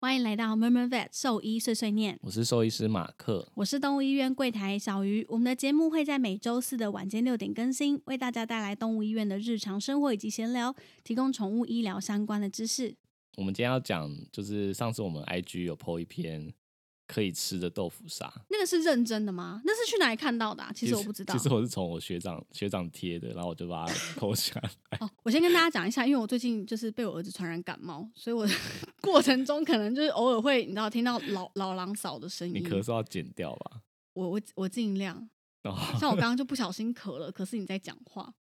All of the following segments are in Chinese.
欢迎来到 Murmur Vet 兽医碎碎念，我是兽医师马克。我是动物医院柜台小鱼。我们的节目会在每周四的晚间六点更新，为大家带来动物医院的日常生活以及闲聊，提供宠物医疗相关的知识。我们今天要讲，就是上次我们 IG 有 po 一篇可以吃的豆腐沙，那个是认真的吗？那是去哪里看到的、啊？其实我不知道其。实我是从我学长学长贴的，然后我就把它 抠下来。哦，我先跟大家讲一下，因为我最近就是被我儿子传染感冒，所以我的 过程中可能就是偶尔会你知道听到老老狼嫂的声你音。咳嗽要剪掉吧？我我我尽量，然后像我刚刚就不小心咳了，可是你在讲话。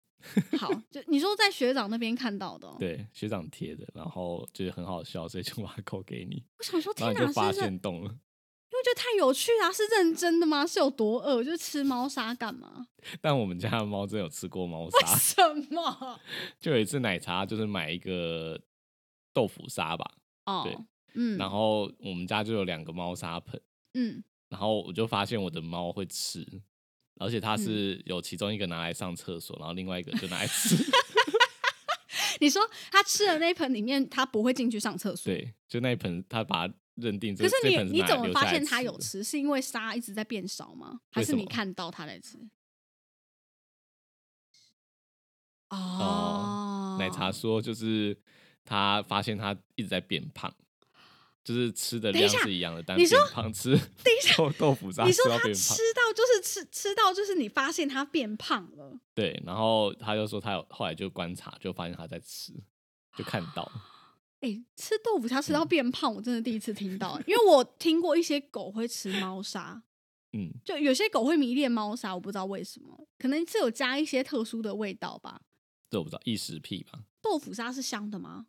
好，就你说在学长那边看到的、哦，对学长贴的，然后觉得很好笑，所以就把它抠给你，我想说然天后你哪，就发是认，现动了。因为我觉得太有趣啦、是认真的吗？是有多饿？就是吃猫砂干嘛？但我们家的猫真的有吃过猫为砂，什么？就有一次奶茶就是买一个豆腐沙吧，对哦，嗯，然后我们家就有两个猫砂盆，嗯，然后我就发现我的猫会吃，而且它嗯是有其中一个拿来上厕所，然后另外一个就拿来吃。 你说他吃的那盆里面，他不会进去上厕所，对，就那一盆，它把它认定这。可是你这盆你拿来怎么留下发来现它吃有的？吃？是因为沙一直在变少吗？还为是什你么看到它在吃？哦哦，奶茶说就是它发现它一直在变胖，就是吃的等一量下是一样的，但你变说胖吃豆豆腐渣你吃说到它变吃胖。到就是吃吃到就是你发现它变胖了，对，然后他就说他有后来就观察，就发现他在吃，就看到。哎、吃豆腐它吃到嗯变胖，我真的第一次听到、欸因为我听过一些狗会吃猫砂，嗯，就有些狗会迷恋猫砂，我不知道为什么，可能是有加一些特殊的味道吧。这我不知道，异食癖吧。豆腐砂是香的吗？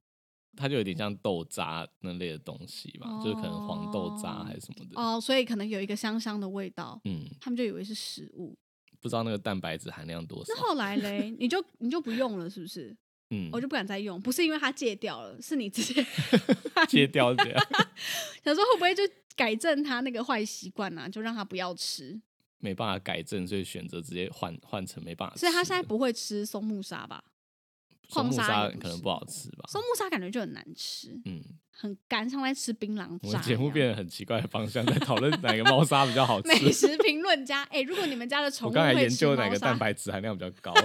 它就有点像豆渣那类的东西吧，就是可能黄豆渣哦还是什么的。哦，所以可能有一个香香的味道，嗯，他们就以为是食物。不知道那个蛋白质含量多少那。后来嘞，你就你就不用了，是不是？嗯，我就不敢再用，不是因为它戒掉了，是你直接戒掉这样， 想说会不会就改正它那个坏习惯啊，就让它不要吃。没办法改正，所以选择直接换换成没办法吃所的。以它现在不会吃松木沙吧？松木矿沙沙也不可能是不好吃吧。松木沙感觉就很难吃，嗯，很干，像在吃槟榔我渣一们样。节目变得很奇怪的方向，在讨论哪个猫砂比较 好吃。美食评论家，哎、如果你们家的宠我物刚才会研吃究哪猫个砂蛋白质含量比较高。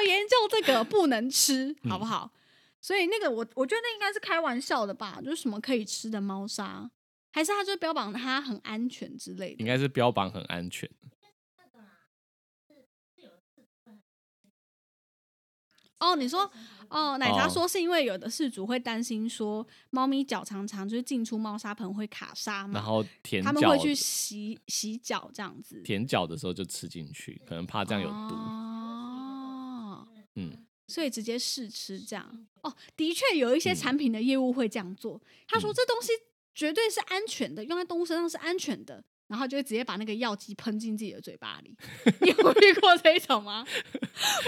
要研究这个不能吃，嗯好不好？所以那个我我觉得那应该是开玩笑的吧，就是什么可以吃的猫砂，还是他就标榜它很安全之类的。应该是标榜很安全。哦，你说哦，奶茶哦说是因为有的事主会担心说猫咪脚常常就是进出猫砂盆会卡沙然嘛，后舔嗯他们脚会去洗洗脚这样子，舔脚的时候就吃进去，可能怕这样有毒。哦，嗯，所以直接试吃这样。哦，的确有一些产品的业务会这样做。他嗯说这东西绝对是安全的，用在动物身上是安全的，然后就会直接把那个药剂喷进自己的嘴巴 里。你有遇过这一种吗？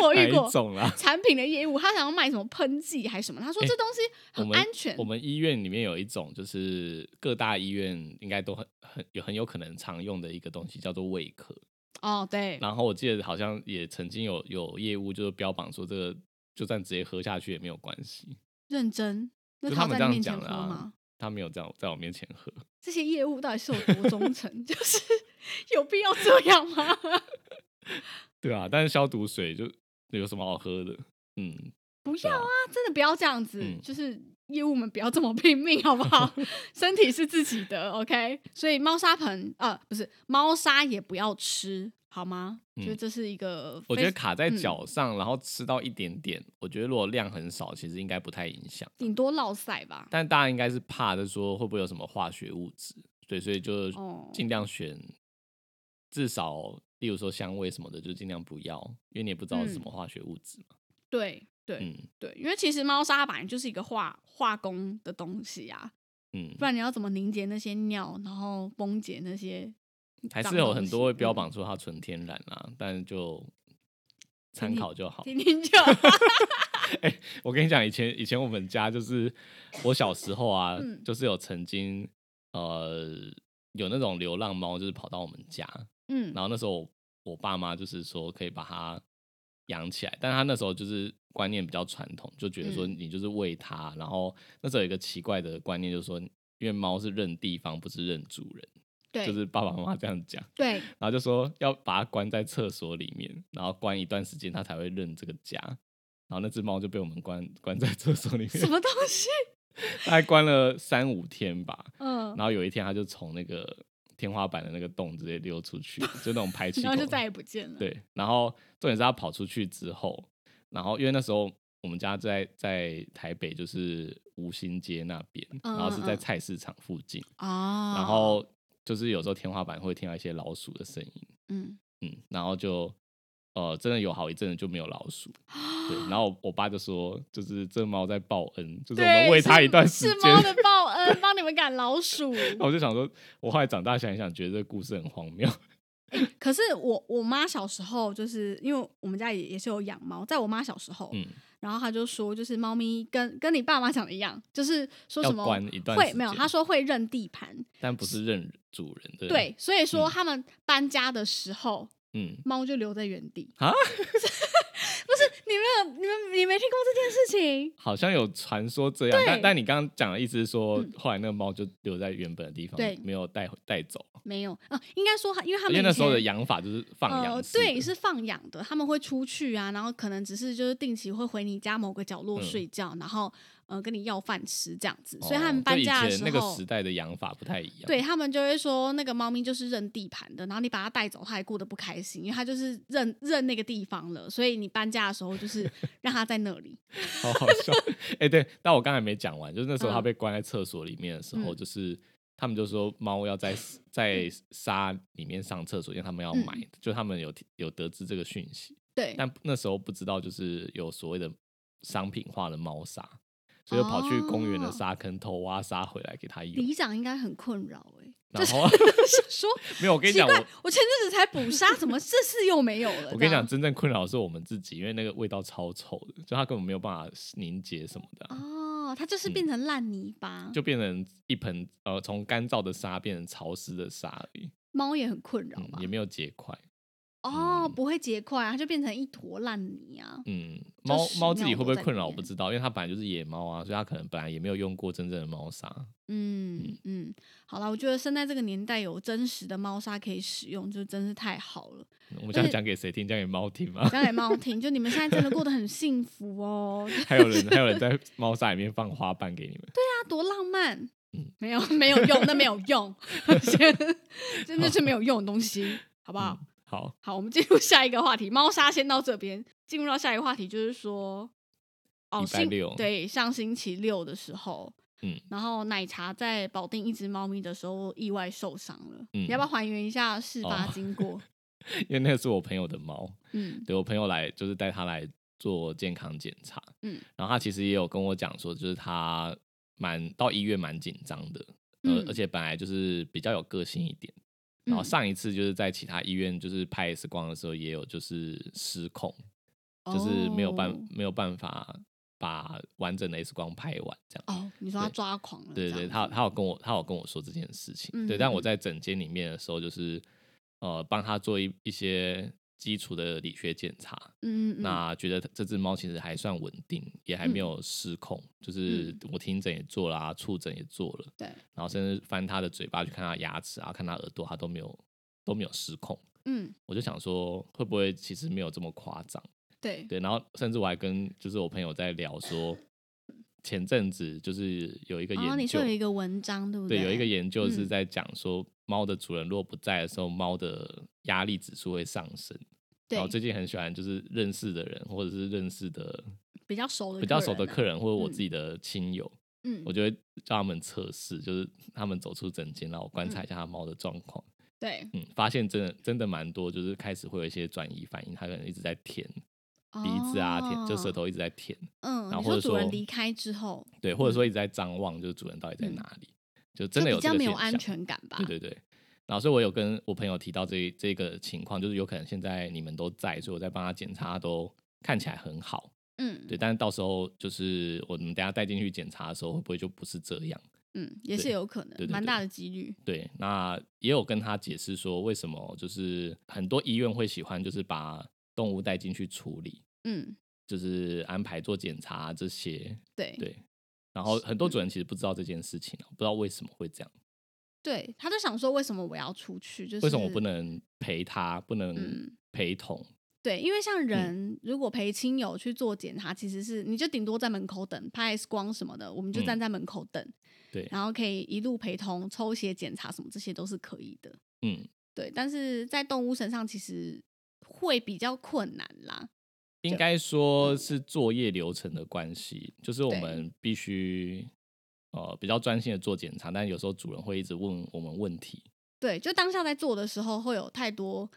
我哪遇过一。种啊啦？产品的业务，他想要卖什么喷剂还是什么？他说哎这东西我很们安全。我们医院里面有一种，就是各大医院应该都很很有很有可能常用的一个东西，叫做胃壳。哦，对，然后我记得好像也曾经有有业务就是标榜说，这个就算直接喝下去也没有关系。认真。那就他他有们在你这样面前讲喝的吗啊？，他没有这样在我面前喝。这些业务到底是有多忠诚？ 就是有必要这样吗？对啊，但是消毒水就有什么好喝的？嗯，不对要啊啊！真的不要这样子，嗯就是业务们不要这么拼命，好不 好？身体是自己的，OK。所以猫砂盆，呃，不是猫砂也不要吃，好吗？嗯就这是一个非，我觉得卡在嗯脚上，然后吃到一点点，我觉得如果量很少，其实应该不太影响。顶多落塞吧。但大家应该是怕的，说会不会有什么化学物质，对，所以就哦尽量选至少例如说香味什么的，就尽量不要，因为你也不知道是什嗯么化学物质嘛。对对、嗯对，因为其实猫砂本来就是一个化化工的东西啊，嗯，不然你要怎么凝结那些尿，然后崩解那些嗯还脏是有东很西多会标嗯榜说它纯天然啦、但就参听考就好。听听就好。我跟你讲，以前以前我们家就是我小时候啊，嗯就是有曾经呃有那种流浪猫，就是跑到我们家，嗯 然后那时候我我爸妈就是说可以把它养起来，但他那时候就是观念比较传统，就觉得说嗯你就是喂它，然后那时候有一个奇怪的观念，就是说因为猫是认地方，不是认主人，对、就是爸爸妈妈这样讲。对，然后就说要把它关在厕所里面，然后关一段时间它才会认这个家。然后那只猫就被我们关关在厕所里什面，么东西？大概关了三五天吧。嗯， 然后有一天它就从那个天花板的那个洞直接溜出去，就那种排 气然口后。就再也不见了。对，然后重点是它跑出去之后，然后因为那时候我们家在在台北就是吴兴街那边，然后是嗯在嗯嗯菜市场附近，啊，然后就是有时候天花板会听到一些老鼠的声音。嗯，嗯，然后就呃，真的有好一阵子就没有老鼠。对，然后我爸就说，就是这猫在报恩，就是我们对喂它是一段时是间猫。的报恩，帮你们赶老鼠。那我就想说，我后来长大想一想，觉得这个故事很荒谬。可是我我妈小时候就是因为我们家也也是有养猫，在我妈小时候，嗯，然后她就说，就是猫咪跟跟你爸妈讲的一样，就是说要什么关一段会时没有，间她说会认地盘，但不是认主人的。，对，所以说嗯他们搬家的时候，嗯，猫就留在原地啊 不是你没有你们你没听过这件事情？好像有传说这样，但对但你刚刚讲的意思是说嗯，后来那个猫就留在原本的地方，对没有带回带走，没有啊、应该说它，因为他因们为那以时候的前养法就是放呃，养式的。对，是放养的，他们会出去啊，然后可能只是就是定期会回你家某个角落嗯睡觉，然后呃跟你要饭吃这样子，哦，所以他们就搬以家的前时那个候时。代的养法不太一样。对他们就会说，那个猫咪就是认地盘的，然后你把它带走，它也过得不开心，因为它就是认认那个地方了，所以你搬家的时候就是 让它在那里。好好笑。 哎、对，但我刚才没讲完，就是那时候他嗯被关在厕所里面的时候，嗯就是他们就说猫 要在在沙里面上厕所，因为他们要买，就他们有有得知这个讯息，嗯对，但那时候不知道就是有所谓的商品化的猫砂。所以就跑去公园的哦沙坑偷挖沙回来给他用，里长应该很困扰 哎、然 后想说没有，我跟你奇讲，怪我，我前阵子才捕杀，怎么这次又没有了？我跟你这讲，样真正困扰的是我们自己，因为那个味道超臭的，就它根本没有办法凝结什么的啊、哦，它就是嗯变成烂泥巴，就变成一盆呃，从干燥的沙变成潮湿的沙而已，猫也很困扰嗯吧？也没有结块。哦，嗯不会结块啊，它就变成一坨烂泥啊。嗯，就猫屎猫自己尿会都不会在困里扰我面不知道，因为它本来就是野猫啊，所以它可能本来也没有用过真正的猫砂。嗯嗯，好了，我觉得生在这个年代有真实的猫砂可以使用，就真是太好了。我们但这样是讲给谁听？讲给猫听吗？讲给猫听，就你们现在真的过得很幸福哦， 还有人还有人在猫砂里面放花瓣给你们，那多浪漫嗯。没有没有用，那没有 用， 真的是没有用的东西，好不好？嗯好，好，我们进入下一个话题，猫砂先到这边。进入到下一个话题，就是说，哦，礼拜星六对，上星期六的时候，嗯，然后奶茶在保定一只猫咪的时候意外受伤了，嗯你要不要还原一下事发哦经 过？因为那个是我朋友的猫，嗯对我朋友来就是带它来做健康检查，嗯然后他其实也有跟我讲说，就是他蛮到医院蛮紧张的，呃、嗯而且本来就是比较有个性一点。然后嗯上一次就是在其他医院就是拍 X 光的时候，也有就是失控，就是没有办、哦没有办法把完整的 X 光拍完这样。哦哦，你说他对抓狂了，对这对，样他子他有跟我他有跟我说这件事情，嗯对，但嗯我嗯在诊间里面的时候，就是呃帮他做一一些基础的理学检查，嗯嗯嗯那觉得这只猫其实还算稳定，也还没有失控。就是嗯我听诊也做啦、触诊也做了，对，然后甚至翻它的嘴巴去看它牙齿啊，看它耳朵，它都没有都没有失控。嗯我就想说，会不会其实没有这么夸张？对，对，然后甚至我还跟就是我朋友在聊说，前阵子就是有一个哦然后你研究，说有一个文章对不对，对，有一个研究是嗯在讲说，猫的主人如果不在的时候，猫的压力指数会上升。然对后哦最近很喜欢就是认识的人，或者是认识的比较熟的比较熟的人啊客，人，或者我嗯自己的亲友，嗯嗯我就会叫他们测试，就是他们走出诊间，然后我观察一下他猫的状况。对，嗯，发现真的真的蛮多，就是开始会有一些转移反应，它可能一直在舔鼻子啊，舔就舌哦，头一直在舔，嗯，然你后或说者主人说离开之后，对，或者说一直在张望，就是主人到底在嗯哪里，就就真的有比这较个没有现安象全感吧？对对对。然后，所以我有跟我朋友提到这这个情况，就是有可能现在你们都在，所以我在帮他检查，都看起来很好，嗯对。但是到时候就是我们等下带进去检查的时候，会不会就不是这样？嗯，也是对有可对能，对蛮对大的几率。对，那也有跟他解释说，为什么就是很多医院会喜欢就是把动物带进去处理，嗯，就是安排做检查这些，对对。然后很多主人其实不知道这件事情啊，不知道为什么会这样，对，他就想说，为什么我要出去？就是为什么我不？能陪他，不能嗯陪同？对，因为像嗯人、如果陪亲友去做检查，其实是你就顶多在门口等拍 X 光什么的，我们就嗯站在门口等，对，然后可以一路陪同抽血检查什么，这些都是可以的。嗯，对，但是在动物身上其实会比较困难啦。应该说是作业流程的关系，就是我嗯对们必须呃比较专心的做检查，但有时候主人会一直问我们问题，对，就当下在做的时候会有太多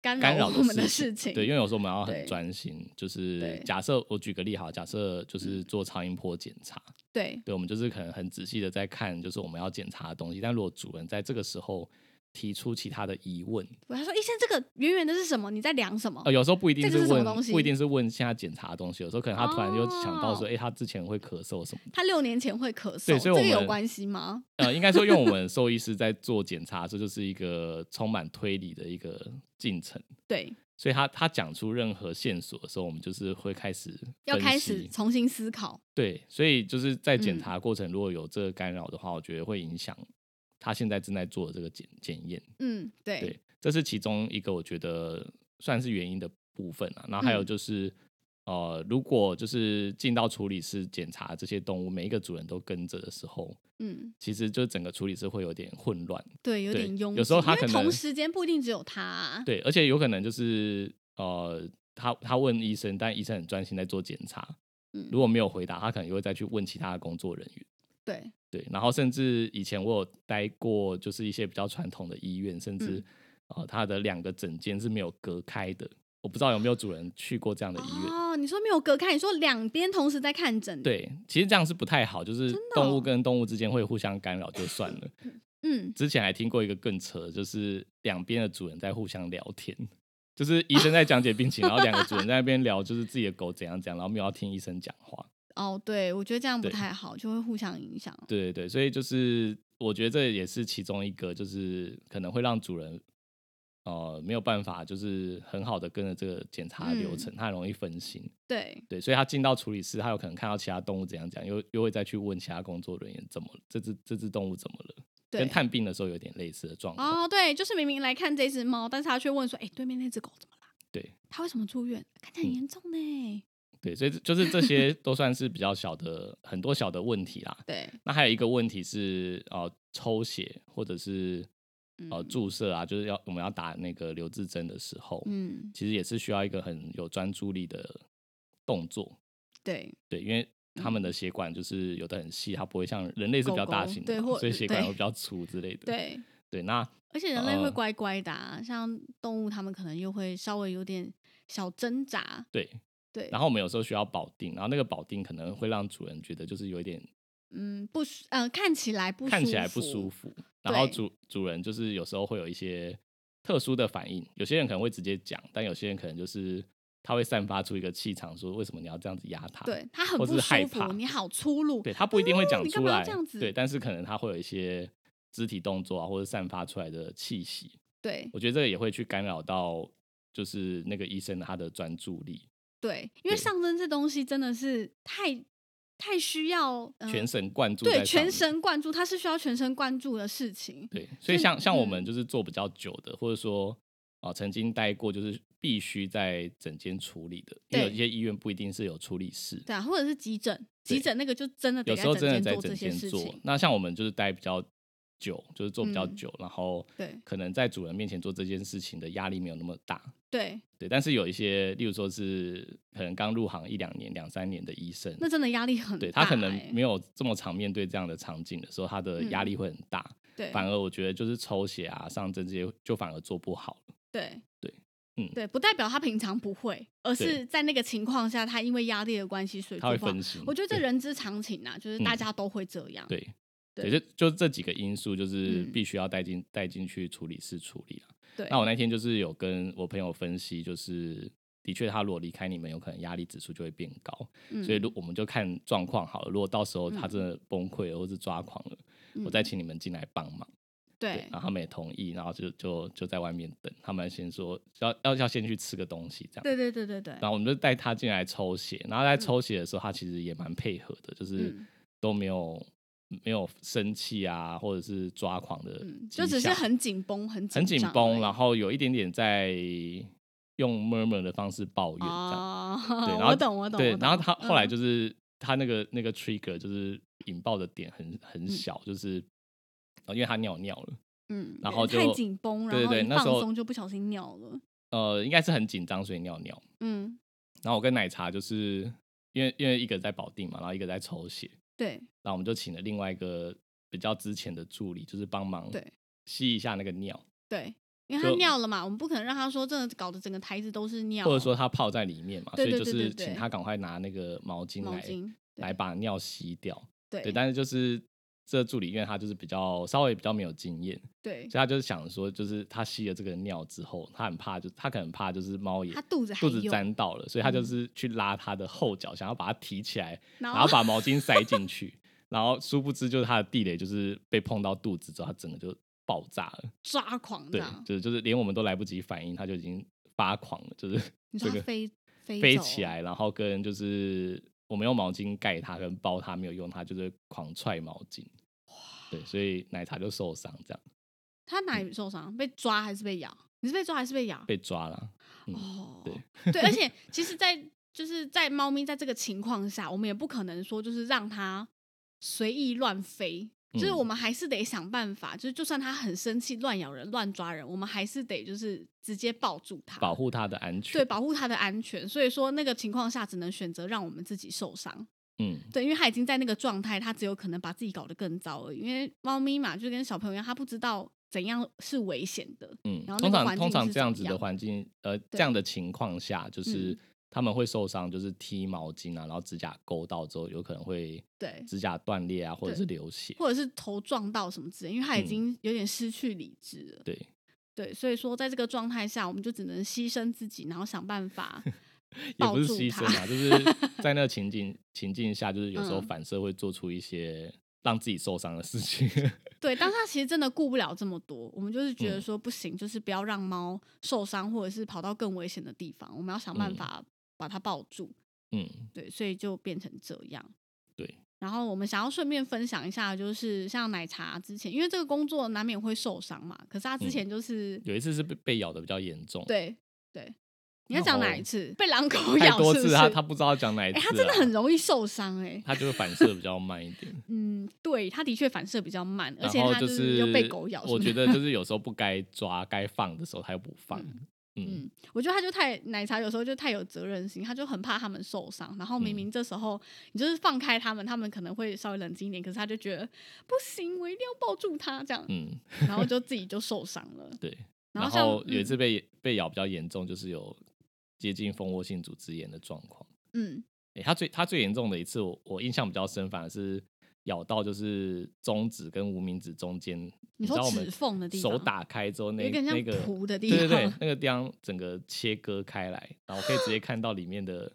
干干扰嗯我们的事事情。对，因为有时候我们要对很专心，就是对嗯假设我举个例好，假设就是做超音波检查，对对，我们就是可能很仔细的在看，就是我们要检查的东西，但如果主人在这个时候提出其他的疑问，我还说医生，这个圆圆的是什么？你在量什么？呃，有时候不一定这就是什么问东，西不一定是问现在检查的东西，有时候可能他突然又想到说，哦哎、他之前会咳嗽什么的。他六年前会咳嗽，对所以我这个有们关系吗？呃，应该说，用我们兽医师在做检查，这就是一个充满推理的一个进程。对，所以他他讲出任何线索的时候，我们就是会开始要分开析始重新思考。对，所以就是在检嗯查过程如果有这个干扰的话，我觉得会影响他现在正在做的这个检检验。嗯，对，对，这是其中一个我觉得算是原因的部分啊。然后还有嗯就是，呃，如果就是进到处理室检查这些动物，每一个主人都跟着的时候，嗯，其实就整个处理室会有点混乱。对，有对点拥挤。有时候他因为可同能时间不一定只有他啊、对，而且有可能就是呃，他他问医生，但医生很专心在做检查，嗯如果没有回答，他可能又会再去问其他的工作人员。对对，然后甚至以前我有待过，就是一些比较传统的医院，甚至、嗯呃，它的两个诊间是没有隔开的。我不知道有没有主人去过这样的医院。哦，你说没有隔开，你说两边同时在看诊。，对，其实这样是不太好，就是真的动哦物跟动物之间会互相干扰就算了。嗯，之前还听过一个更扯的，就是两边的主人在互相聊天，就是医生在讲解病情，然后两个主人在那边聊，就是自己的狗怎样怎样，然后没有要听医生讲话。哦，对，我觉得这样不对太好，就会互相影响。对对对，所以就是我觉得这也是其中一个，就是可能会让主人呃没有办法，就是很好的跟着这个检查的流嗯程，他很容易分心。对，对，所以他进到处理室，他有可能看到其他动物怎样讲，又又会再去问其他工作人员怎么了这只这只动物怎么了，对跟探病的时候有点类似的状况。哦，对，就是明明来看这只猫，但是他却问说：“哎、对面那只狗怎么啦？对嗯它为什么住院？看起来很严重呢。对，所以这就是这些都算是比较小的很多小的问题啦。对，那还有一个问题是，呃，抽血或者是呃嗯注射啊，就是要我们要打那个留置针的时候，嗯，其实也是需要一个很有专注力的动作，对，对，因为他们的血管就是有的很细，它不会像人类是比较大型的嘛，嗯狗狗对或所以血管对会比较粗之类的。对，对，那而且人类会呃乖乖的、啊，像动物它们可能又会稍微有点小挣扎。对，对，然后我们有时候需要保定，然后那个保定可能会让主人觉得就是有一点嗯，不舒，呃，看起来不看起来不舒服。服，然后对主主人就是有时候会有一些特殊的反应，有些人可能会直接讲，但有些人可能就是他会散发出一个气场，说为什么你要这样子压他？对，它很啊或不是害舒怕服，你好粗鲁。对他不一定会哦讲你干出嘛要来这样，子对，但是可能他会有一些肢体动作啊，或者散发出来的气息，对我觉得这个也会去干扰到就是那个医生他的专注力、对，因为对上身这东西真的是太太需要、呃、全神贯注对在上全面神贯注，它是需要全神贯注的事情。对，所以所以像像我们嗯就是做比较久的，或者说啊、呃曾经待过，就是必须在整间处理的，因为有对一些医院不一定是有处理室，对啊，或者是急诊，急对诊那个就真的得有时候真的间在做这整些间事做情。。那像我们就是待比较久，就是做比较嗯久，然后对可能在主人面前做这件事情的压力没有那么大，对，对，但是有一些，例如说是可能刚入行一两年、两三年的医生，那真的压力很大、欸。对他可能没有这么常面对这样的场景的时候，他的压嗯力会很大。对反而我觉得就是抽血啊、上针这些就反而做不好了。对对嗯对，不代表他平常不会，而对是在那个情况下，他因为压力的关系，所以他做会不好。分心。我觉得这对嗯人之常情啊，就是大家都会这样。对对对，就就这几个因素就是嗯必须要带进带进去处理是处理了。对那我那天就是有跟我朋友分析，就是的确他如果离开你们，有可能压力指数就会变高。嗯所以如我们就看状况好了。如果到时候他嗯真的崩溃了或是抓狂了，我嗯再请你们进来帮忙。对然后他们也同意，然后就就就在外面等。他们先说要要要先去吃个东西这样。对对对对对然后我们就带他进来抽血，然后在抽血的时候，他其实也蛮配合的，就是嗯都没有没有生气啊，或者是抓狂的迹嗯，象，就只是很紧绷，很很紧张而绷，已然后有一点点在用 murmur 的方式抱怨这样。哦，对，然后我懂我懂。对，我然后懂他后来嗯就是、他那个那个 trigger 就是引爆的点很很小，就是呃因为他尿尿了，嗯，然后就太紧绷，然对后对一那时放候松就不小心尿了。呃，应该是很紧张所以尿尿。嗯，然后我跟奶茶就是因为因为一个在保定嘛，然后一个在抽血，对然后我们就请了另外一个比较之前的助理，就是帮忙对吸一下那个尿，对，因为他就尿了嘛，我们不可能让他说真的搞得整个台子都是尿，哦或者说他泡在里面嘛，对对所对以对就是对请他赶快拿那个毛巾毛来巾，对来把尿吸掉。对对，但是就是这助理，因为他就是比较稍微比较没有经验，对所以，他就是想说，就是他吸了这个尿之后，他很怕就，他可能怕就是猫也他肚子还肚子有沾到了，所以他就嗯是去拉他的后脚，想要把它提起来，然然后把毛巾塞进去，然后殊不知就是他的地雷就是被碰到肚子之后，他整个就爆炸了，抓狂这对样，，就是就是连我们都来不及反应，他就已经发狂了，就是你说这他个飞飞飞走起，来，然后跟就是我们用毛巾盖它跟包它没有用，它就是狂踹毛巾。对，所以奶茶就受伤，这样他哪里受伤？被抓还是被咬？你是被抓还是被咬？嗯被抓了。嗯哦，对而 且其实在，就是在猫咪在这个情况下，我们也不可能说就是让它随意乱飞，就是嗯我们还是得想办法，就是就算它很生气乱咬人、乱抓人，我们还是得就是直接抱住它，保护它的安全。对，保护它的安全。所以说那个情况下，只能选择让我们自己受伤。嗯，对，因为他已经在那个状态，他只有可能把自己搞得更糟而已。因为猫咪嘛，就跟小朋友一样，它不知道怎样是危险的。嗯，然后通那个常环通境常是这样怎子么的样环境，呃，这样的情况下，就是嗯他们会受伤，就是踢毛巾啊，然后指甲勾到之后，有可能会对指甲断裂啊，或者对是流血。或者是头撞到什么之类，因为他嗯已经有点失去理智了。对，对，所以说在这个状态下，我们就只能牺牲自己，然后想办 法也抱不是住牺牲它。啊，就是在那个情境情境下，就是有时候嗯反射会做出一些让自己受伤的事情。 对，当他其实真的顾不了这么多，我们就是觉得嗯说不行，就是不要让猫受伤，或者是跑到更危险的地方，我们要想办嗯法把它抱住。嗯，对，所以就变成这样。对，然后我们想要顺便分享一下，就是像奶茶之前，因为这个工作难免会受伤嘛，可是他之前就是、嗯有一次是被被咬的比较严重，，对对，你要讲哪一哦次？被狼狗太咬多是不次是？他他不知道讲哪一哎、次、啊他真的很，容易受伤哎、他就会反射比较慢一点，嗯，对，他的确反射比较慢，而然且后他是又被狗咬什么的。我觉得就是有时候不该抓该放的时候他 又不放，嗯嗯，我觉得他就太奶茶有时候就太有责任心，他就很怕他们受伤。然后明嗯明这时候、你就是放开他们，他们可能会稍微冷静一点，可是他就觉得不行，我一定要抱住他这样，嗯，然 后就自己就受伤了。对。然然后像后有一次嗯被、被咬比较严重，就是有接近蜂窝性组织炎的状况。嗯，诶，他最他最严重的一次我，我印象比较深，反而是咬到就是中指跟无名指中间，你知说道我指们缝的地方，手打开之后那有点像那个蹼的地对对对方，那个地方整个切割开来，然后可以直 接看到里面的，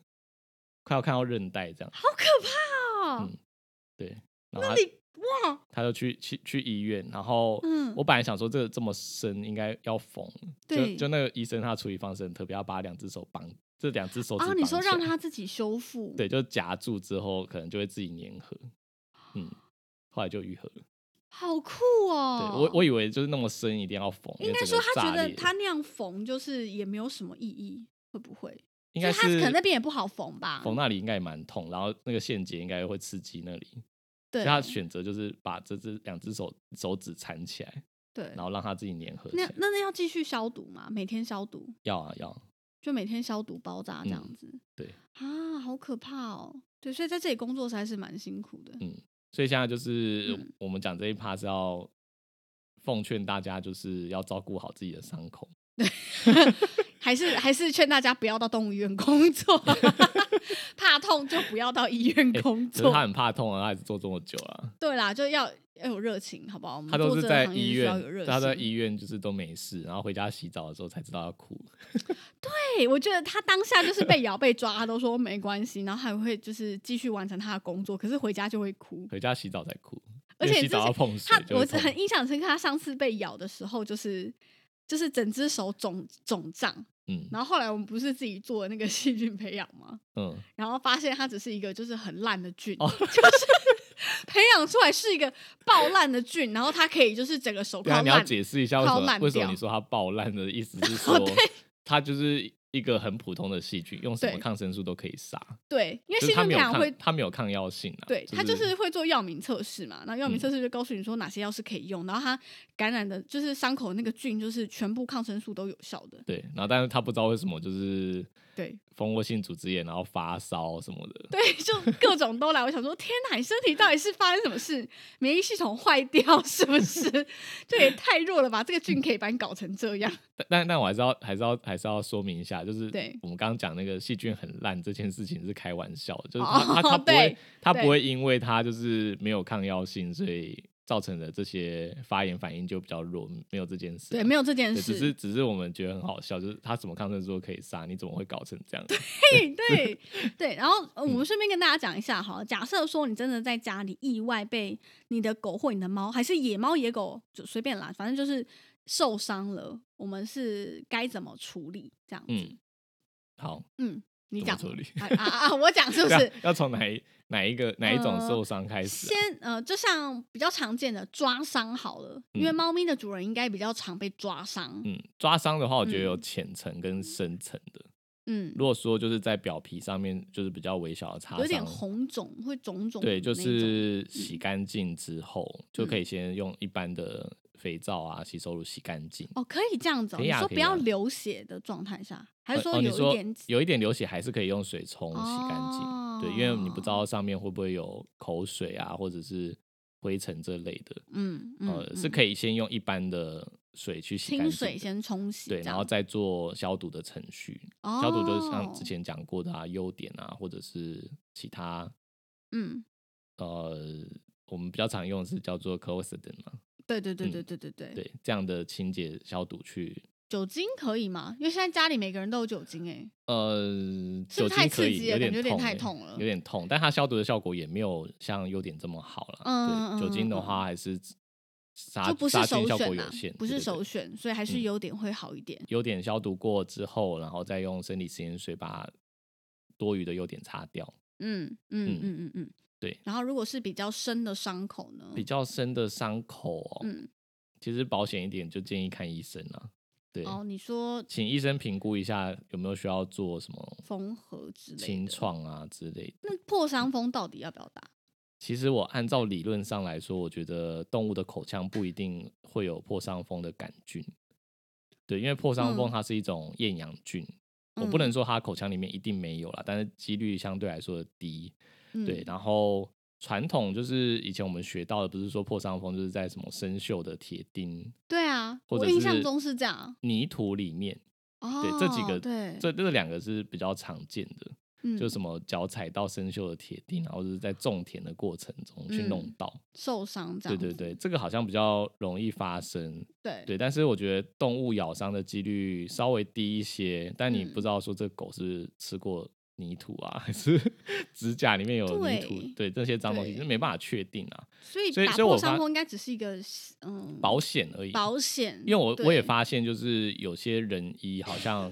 快要看到韧带这样。好可怕哦！嗯对，然后他你哇，他就去去去医院，然后嗯我本来想说这个这么深应该要缝，就对就那个医生他的处理方式很特别，要把两只手绑，这两只手指啊，你绑说起让来他自己修复，对，就夹住之后可能就会自己粘合，嗯，后来就愈合了。好酷哦！对我我以为就是那么深一定要缝，因应为该整说个他觉炸得裂他那样缝就是也没有什么意义，会不会？应该就是他是可能那边也不好缝吧缝那里应该也蛮痛，然后那个线结应该会刺激那里，所对以，他选择就是把这只两只手手指缠起来，对，然后让它自己粘合起那来。那那要继续消毒吗？每天消毒，要啊要啊，就每天消毒包扎这样嗯子。对啊，好可怕哦！对，所以在这里工作实在是蛮辛苦的。嗯所以现在就是嗯我们讲这一趴是要奉劝大家就是要照顾好自己的伤口。还是还是劝大家不要到动物医院工 作， 怕痛就不要到医院工哎可是作。他很怕痛啊，他还是做这么久啊，对啦，就要要有热情，好不好？我们他都嗯做是这在个行业医需要院有热，情。他在医院就是都没事，然后回家洗澡的时候才知道要哭。对，哎我觉得他当下就是被咬被抓，他都说没关系，然后还会就是继续完成他的工作，可是回家就会哭。回家洗澡才哭，而因且为洗之澡前要碰水他就我会只痛。很印象深刻，他上次被咬的时候就是。就是整只手肿肿胀，嗯然后后来我们不是自己做那个 细菌培养吗？嗯，然后发现它只是一个就是很烂的菌，哦就是 培养出来是一个爆烂的菌，然后它可以就是整个手对啊，泡你要烂，解释一下为靠什么烂为什么掉你说它爆烂的 意思是说，它就是一个很普通的细菌，用什么对抗生素都可以杀，对，因为就细是它菌没培有养会抗，它没有抗药性啊。对，它就是是会做药名测试嘛，然后药名嗯测试就告诉你说哪些药是可以用，然后它感染的就是伤口那个菌就是全部抗生素都有效的，对，然后但是他不知道为什么就是对蜂窝性组织炎，然后发烧什么的。 对，就各种都来。我想说，天哪，你身体到底是发生什么事？免疫系统坏掉是不是？ 这也太弱了吧！这个菌可以把你搞成这样，但但但我还是要还是要还是要说明一下，就是对我们刚刚讲那个细菌很烂这件事情是开玩笑的，就是它它 它哦不会对它不对会因为它就是没有抗药性，所以造成的这些发炎反应就比较弱，没有这件事啊、对，没有这件对，事，只是只是我们觉得很好笑，就是他什么抗生素都可以杀，你怎么会搞成这样？嘿， 对对，然后嗯呃我们顺便跟大家讲一下哈，假设说你真的在家里意外被你的狗或你的猫，还是野猫野狗，就随便啦，反正就是受伤了，我们是该怎么处理？这样子，嗯，好，嗯，你怎讲么处理？啊啊啊！我讲是不对啊是？ 要从哪一哪一个哪一种呃受伤开始啊、先呃，就像比较常见的抓伤好了，因为嗯猫咪的主人应该比较常被抓伤，嗯，抓伤的话，我觉得嗯有浅层跟深层的。嗯，如果说就是在表皮上面，就是比较微小的擦有点伤，红肿，会肿肿的那对，一种，就是洗干净之后，就可嗯以先用一般的肥皂啊、洗手乳洗干净。哦，可以这样子、哦，可以你啊说可不以要啊流血的状态下，还是呃哦你有一说点有一点流血，还是可以用水冲洗干净。对，因为你不知哦道上面会不会有口水啊，或者是灰尘这类的，嗯嗯呃，是嗯可以先用一般的水去洗清干净，水先冲洗这对，样，然后再做消毒的程序。哦消毒就是像之前讲过的啊，优点啊，或者是其他嗯，呃，我们比较常用的是叫做 c l o s e d e n 嘛，对对对嗯对对对对，对，这样的清洁消毒去。酒精可以吗？因为现在家里每个人都有酒精哎、呃，是不酒是太精可刺以，激了感有点觉有点痛欸、太痛了有点痛，但它消毒的效果也没有像优点这么好了。嗯嗯对，酒精嗯的嗯话还是杀就不是杀首菌效果选有啊限，，不对是对首对选，所以还是嗯有点会好一点。优点消毒过之后，然后再用生理食盐水把多余的优点擦掉。嗯嗯嗯嗯嗯嗯，对。然后如果是比较深的伤口呢？比较深的伤口、哦，嗯其实保险一点就建议看医生啦。对，哦，你说请医生评估一下有没有需要做什么缝合之类清的，创啊之类的。那破伤风到底要不要打？其实我按照理论上来说，我觉得动物的口腔不一定会有破伤风的杆菌。对，因为破伤风嗯它是一种厌氧菌，我不嗯能说它口腔里面一定没有啦，但是几率相对来说低。对，嗯然后传统就是以前我们学到的，不是说破伤风就是在什么生锈的铁钉，对啊，或我者印象中是这样啊。泥土里面，哦，对，这几个，对，这这两个是比较常见的，嗯就什么脚踩到生锈的铁钉，然后就是在种田的过程中去弄嗯到，受伤这对样子，对对，这个好像比较容易发生，对对，但是我觉得动物咬伤的几率稍微低一些，但你嗯不知道说这狗是吃过。泥土啊，还是 指甲里面有泥土，对这些脏东西对是没办法确定啊。所以所以打所以我破发伤风应该只是一个嗯保险而已，保险，因为我我也对，嗯发现，就是有些人医好像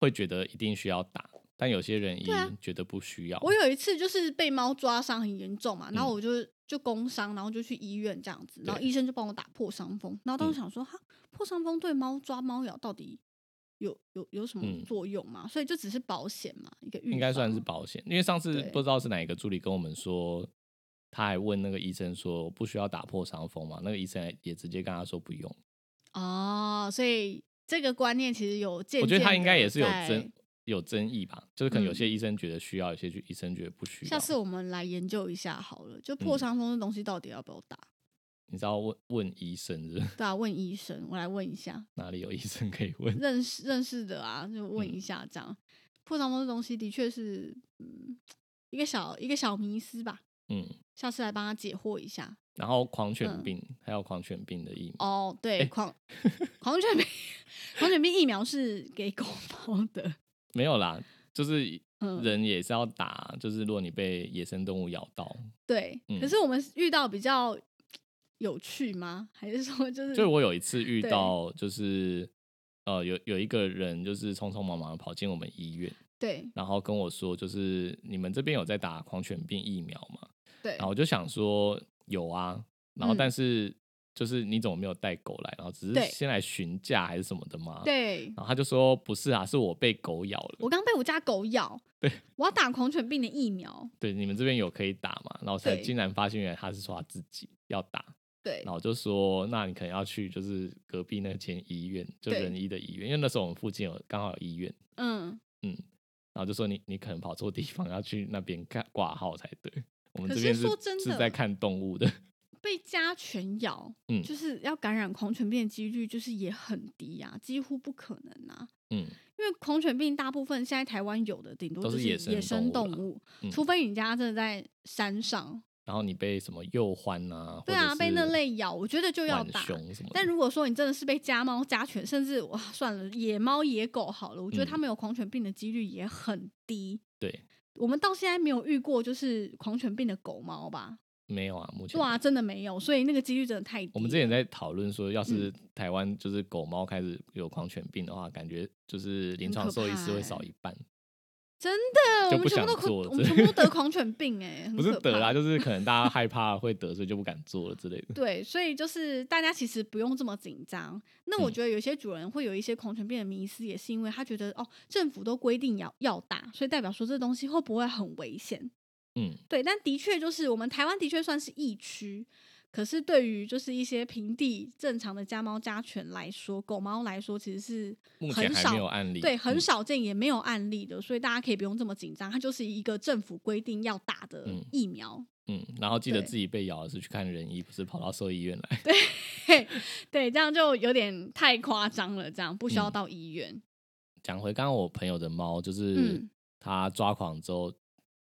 会觉得一定需要打，但有些人医对啊觉得不需要。我有一次就是被猫抓伤很严重嘛，然后嗯我就就工伤，然后就去医院这样子，然后对嗯医生就帮我打破伤风，然后当时想说哈，破伤风对猫抓猫咬到底。有有有什么嗯作用嘛？所以就只是保险嘛，一个预应该算防是保险，因为上次对不知道是哪一个助理跟我们说，他还问那个医生说不需要打破伤风嘛，那个医生也直接跟他说不用。哦。所以这个观念其实有渐渐，我觉得他应该也是有争。有争议吧，就是可能有嗯些医生觉得需要，有些医生觉得不需要。下次我们来研究一下好了，就破嗯伤风的东西到底要不要打？你知道问问医生是不是对啊，问医生，我来问一下，哪里有医生可以问？认识认识的啊，就问一下这样。破伤风这东西的确是，嗯，一个小一个小迷思吧，嗯，下次来帮他解惑一下。然后狂犬嗯病、还有狂犬病的疫苗，哦，对，哎狂 狂犬病，狂犬病疫苗是给狗 猫的，没有啦，就是嗯，人也是要打，就是如果你被野生动物咬到，对。嗯可是我们遇到比较有趣吗？还是说就是就是我有一次遇对到，就是呃，有有一个人就是匆匆忙忙地跑进我们医院，对然后跟我说，就是你们这边有在打狂犬病疫苗吗？对然后我就想说有啊，然后嗯但是就是你怎么没有带狗来？然后只是对先来询价还是什么的吗？。对？然后他就说不是啊，是我被狗咬了。我刚被我家狗咬，对，我要打狂犬病的疫苗，对，你们这边有可以打吗？然后才对竟然发现原来他是说他自己要打。对然后我就说，那你可能要去就是隔壁那间医院，就对仁医的医院，因为那时候我们附近有刚好有医院，嗯，然后就说你你可能跑错地方，要去那边看挂号才对。我们可这是边是说真的是在看动物的，被家犬咬，嗯就是要感染狂犬病的几率就是也很低啊，几乎不可能啊。嗯，因为狂犬病大部分现在台湾有的顶多都就是野生野生动动物啦物，嗯除非你家真的在山上，然后你被什么鼬獾啊，对或者啊，被那是类咬，我觉得就要浣打。熊什么的，但如果说你真的是被家猫、家犬，甚至哇算了，野猫、野狗好了，我觉得嗯它们有狂犬病的几率也很低。对我们到现在没有遇过就是狂犬病的狗猫吧？没有啊，目前对啊，真的没有，所以那个几率真的太低了。我们之前在讨论说，嗯要是台湾就是狗猫开始有狂犬病的话，感觉就是临很床可兽医师怕会欸少一半，真的，我就不们全部想都做狂了我们全部都得狂犬病 哎、很不是可得啊怕啦，就是可能 大家害怕会得，所以就不敢做了之类的。对，所以就是大家其实不用这么紧张。那我嗯觉得有些主人会有一些狂犬病的迷思，也是因为他觉得哦，政府都规定要要打，所以代表说这东西会不会很危险？嗯，对，但的确就是我们台湾的确算是疫区，可是对于就是一些平地正常的家猫家犬来说，狗猫来说其实是目前很还没有少。案例，对，很嗯少见，也没有案例的，所以大家可以不用这么紧张。它就是一个政府规定要打的嗯疫苗，嗯，然后记得对自己被咬的是去看人医，不是跑到兽医院来。 对，这样就有点太夸张了，这样不需要嗯到医院。讲回刚刚我朋友的猫，就是嗯它抓狂之后，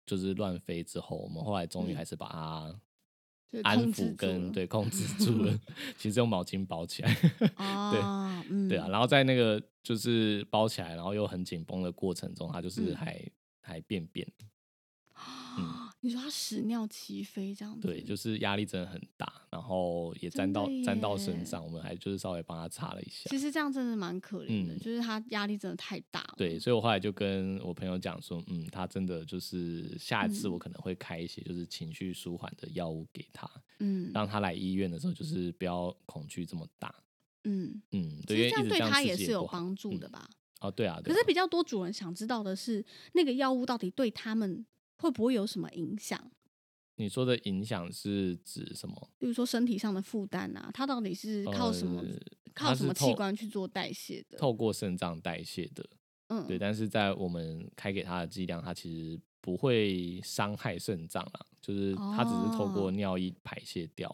就是乱飞之后，我们后来终于嗯还是把它就是安控制抚住跟了对控 制住了， 其实用毛巾包起来。 哦，嗯，对啊，，然后在那个就是包起来，然后又很紧绷的过程中，它就是嗯还、还便便，嗯你说它屎尿齐飞这样子，对，就是压力真的很大，然后也真沾的到沾到身耶上，我们还就是稍微帮它擦了一下其。实这样真的蛮可怜的，嗯就是它压力真的太大了，对，所以我后来就跟我朋友讲说，嗯，他真的就是下一嗯次我可能会开一些就是情绪舒缓的药物给他，嗯让他来医院的时候就是不要恐惧这么大。嗯，嗯，其对，因实为这一直对样它刺也激是有不好帮助嗯的吧？哦，对啊，对可啊是比较多主人想知道的是，那个药物到底对他们会不会有什么影响？你说的影响是指什么？比如说身体上的负担啊，它到底是靠什么？呃靠它什是么透器官去做代谢的？透过肾脏代谢的，嗯，对，但是在我们开给他的剂量，他其实不会伤害肾脏啦，就是他只是透过哦尿液排泄掉，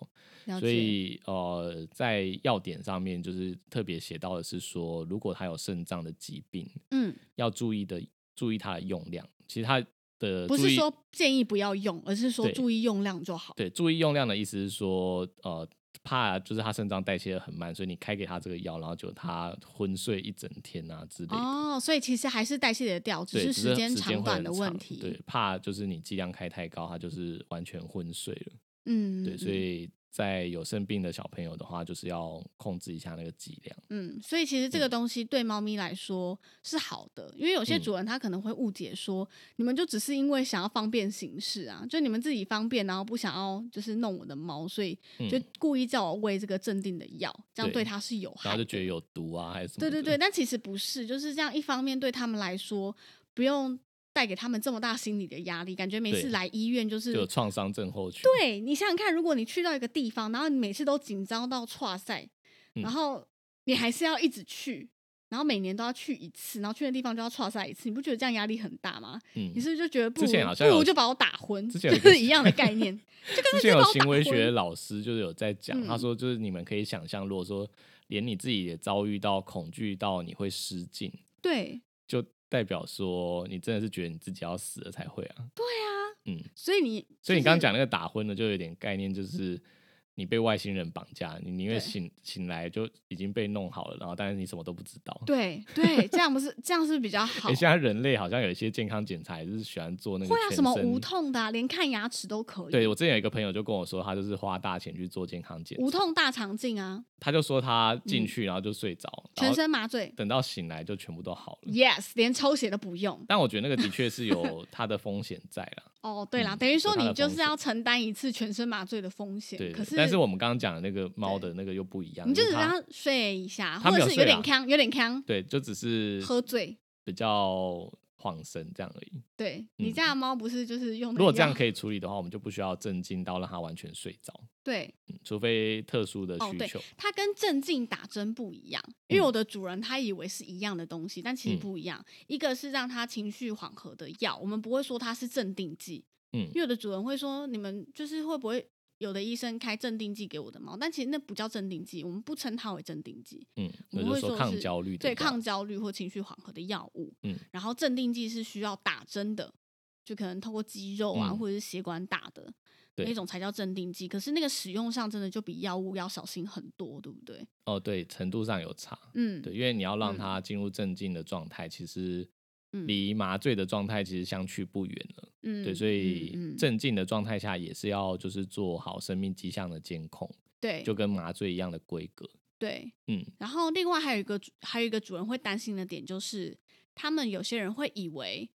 了所解以呃，在药典上面就是特别写到的是说，如果他有肾脏的疾病，嗯，要注意的注意它的用量，其实它的不呃注是意说建议不要用，而是说对注意用量就好。对，注意用量的意思是说，呃，怕就是他肾脏代谢的很慢，所以你开给他这个药，然后就他昏睡一整天啊之类的。哦，所以其实还是代谢得掉，只对，只时间时间长会短很的长问题。对，怕就是你剂量开太高，他就是完全昏睡了。嗯，对，嗯所以在有肾病的小朋友的话，就是要控制一下那个剂量。嗯，所以其实这个东西对猫咪来说是好的，因为有些嗯主人他可能会误解说，你们就只是因为想要方便行事啊，就你们自己方便，然后不想要就是弄我的猫，所以就嗯故意叫我喂这个镇定的药，这样对对它是有害然后的。就觉得有毒啊，还是什么对的？对对，但其实不是，就是这样。一方面对他们来说，不用带给他们这么大心理的压力，感觉每对次来医院就是就有创伤症候群。对你想想看，如果你去到一个地方，然后你每次都紧张到岔赛，嗯然后你还是要一直去，然后每年都要去一次，然后去的地方就要刷赛一次，你不觉得这样压力很大吗？嗯你，是不是就觉得不如之前好像不如有就把我打昏，之就前有一个是一样的概 念，就跟之那前就有把我打行为学昏。老师就是有在讲，他嗯说就是你们可以想象，如果说连你自己也遭遇到恐惧到你会失禁，对，就代表说你真的是觉得你自己要死了才会啊。对啊，嗯，所以你所以就是你刚刚讲那个打昏的，就有点概念，就是你被外星人绑架，你宁愿对醒醒来就已经被弄好了，然后但是你什么都不知道。对对，这样不是这样是不是比较好诶，。现在人类好像有一些健康检查，也是喜欢做那个会啊，全什么身无痛的、啊，连看牙齿都可以。对我之前有一个朋友就跟我说，他就是花大钱去做健康检无查，痛大肠镜啊，他就说他进嗯去然后就睡着，然全后嗯身麻醉等到醒来就全部都好了。 ，yes，连抽血都不用。但我觉得那个的确是 有它的风险在啦，哦，对啦，嗯等于有说它的你就风是险要承担一次全身麻醉的风险。对。可对是，但是我们刚刚讲的那个猫对的那个又不一样，你就因只为让它他睡一下，它或没有者是有睡点啦康，有点康，对，就只是喝醉。比较晃神这样而已。对嗯你家的猫不是就是用如果这样以可以处理的话，我们就不需要镇静到让它完全睡着，对嗯除非特殊的哦需对求。它跟镇静打针不一样，因为嗯我的主人他以为是一样的东西，但其实嗯不一样。一个是让他情绪缓和的药，我们不会说它是镇定剂，嗯因为有的主人会说你们就是会不会有的医生开镇定剂给我的猫，但其实那不叫镇定剂，我们不称它为镇定剂。嗯，我那们就会是说说抗是焦虑的对药抗焦虑或情绪缓和的药物。嗯然后镇定剂是需要打针的，就可能透过肌肉啊、嗯或者是血管打的对那种才叫镇定剂。可是那个使用上真的就比药物要小心很多，对不对？哦，对，程度上有差。嗯，对，因为你要让嗯它进入镇静的状态，其实嗯离麻醉的状态其实相去不远了。嗯，对，所以嗯嗯镇静的状态下也是要就是做好生命迹象的监控，对就跟麻醉一样的规格。对。嗯，然后另外还有一个主还有一个主人会担心的点就是，他们有些人会以为，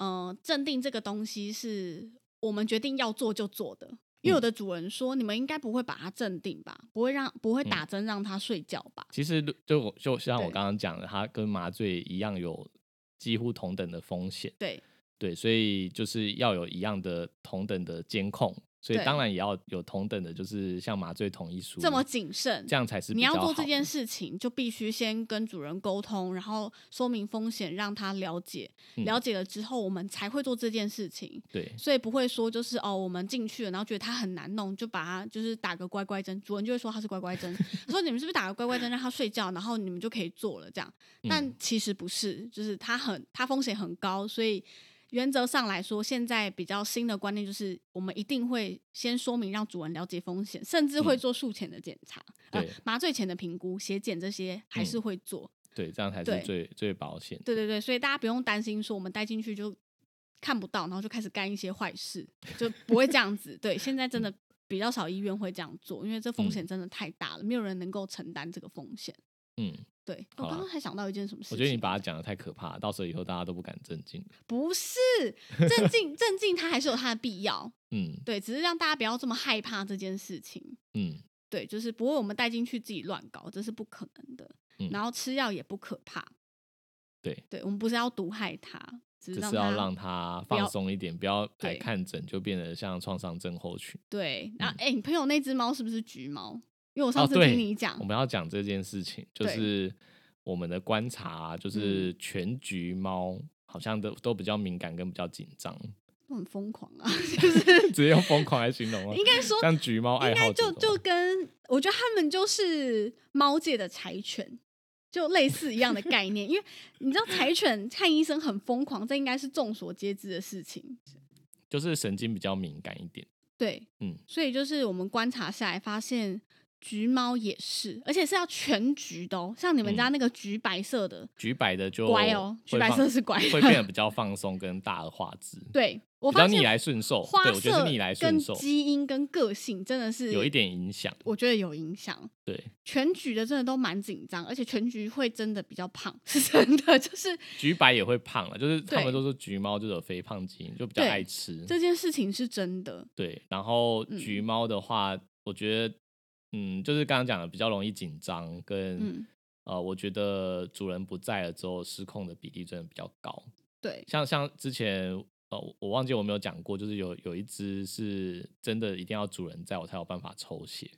嗯、镇定这个东西是我们决定要做就做的。因为嗯有的主人说，你们应该不会把它镇定吧？不会让不会嗯打针让它睡觉吧？其实就我就像我对刚刚讲的，它跟麻醉一样有几乎同等的风险。对对，所以就是要有一样的同等的监控，所以对当然也要有同等的，就是像麻醉同意书这么谨慎，这样才是你比要较做这好件的事情，就必须先跟主人沟通，然后说明风险，让他了解。嗯了解了之后，我们才会做这件事情。对，所以不会说就是哦，我们进去了，然后觉得它很难弄，就把它就是打个乖乖针，主人就会说它是乖乖针， 说你们是不是打个乖乖针让它睡觉，然后你们就可以做了这样？嗯但其实不是，就是它很它风险很高，所以原则上来说，现在比较新的观念就是我们一定会先说明让主人了解风险，甚至会做术前的检查、嗯对嗯呃、麻醉前的评估、血检这些还是会做。对，这样才是对最最保险的。对对对，所以大家不用担心说我们带进去就看不到，然后就开始干一些坏事，就不会这样子。对，现在真的比较少医院会这样做，因为这风险真的太大了，没有人能够承担这个风险。嗯，对，我好啦刚刚还想到一件什么事情，我觉得你把它讲的太可怕了，到时候以后大家都不敢正经。不是镇静，镇静它还是有它的必要，嗯对，只是让大家不要这么害怕这件事情。嗯，对，就是不会我们带进去自己乱搞，这是不可能的。嗯然后吃药也不可怕，对，对我们不是要毒害它，只是只让是它要让它不放要松一点，不要来对看诊就变得像创伤症候群。对，然嗯后哎、你朋友那只猫是不是橘猫？因为我哦上次对听你讲，我们要讲这件事情，就对嗯是我们的观察啊、就是全局猫好像都都比较敏感跟比较紧张， 我很疯狂啊，直接用疯狂来形容啊。应该说，像橘猫爱应好该就者懂吗就跟我觉得他们就是猫界的柴犬，就类似一样的概念。因为你知道柴犬看医生很疯狂，这应该是众所皆知的事情。就是神经比较敏感一点。对，嗯所以就是我们观察下来发现。橘猫也是，而且是要全橘的哦，像你们嗯家那个橘白色的，橘白的就乖哦橘会白放色是乖的会变得比较放松跟大而化之，对我比较发逆现来顺受。花哦对，我觉得色是逆来顺跟受，基因跟个性真的是有一点影响。我觉得有影响。对，全局的真的都蛮紧张，而且全局会真的比较胖， 是真的。就是橘白也会胖了，啊就是他们对都说橘猫就是有肥胖基因，就比较对爱吃。这件事情是真的，对，然后嗯橘猫的话，我觉得，嗯，就是刚刚讲的比较容易紧张，跟、嗯，呃，我觉得主人不在了之后失控的比例真的比较高。对，像像之前呃，我我忘记我没有讲过，就是有有一只是真的一定要主人在我才有办法抽血，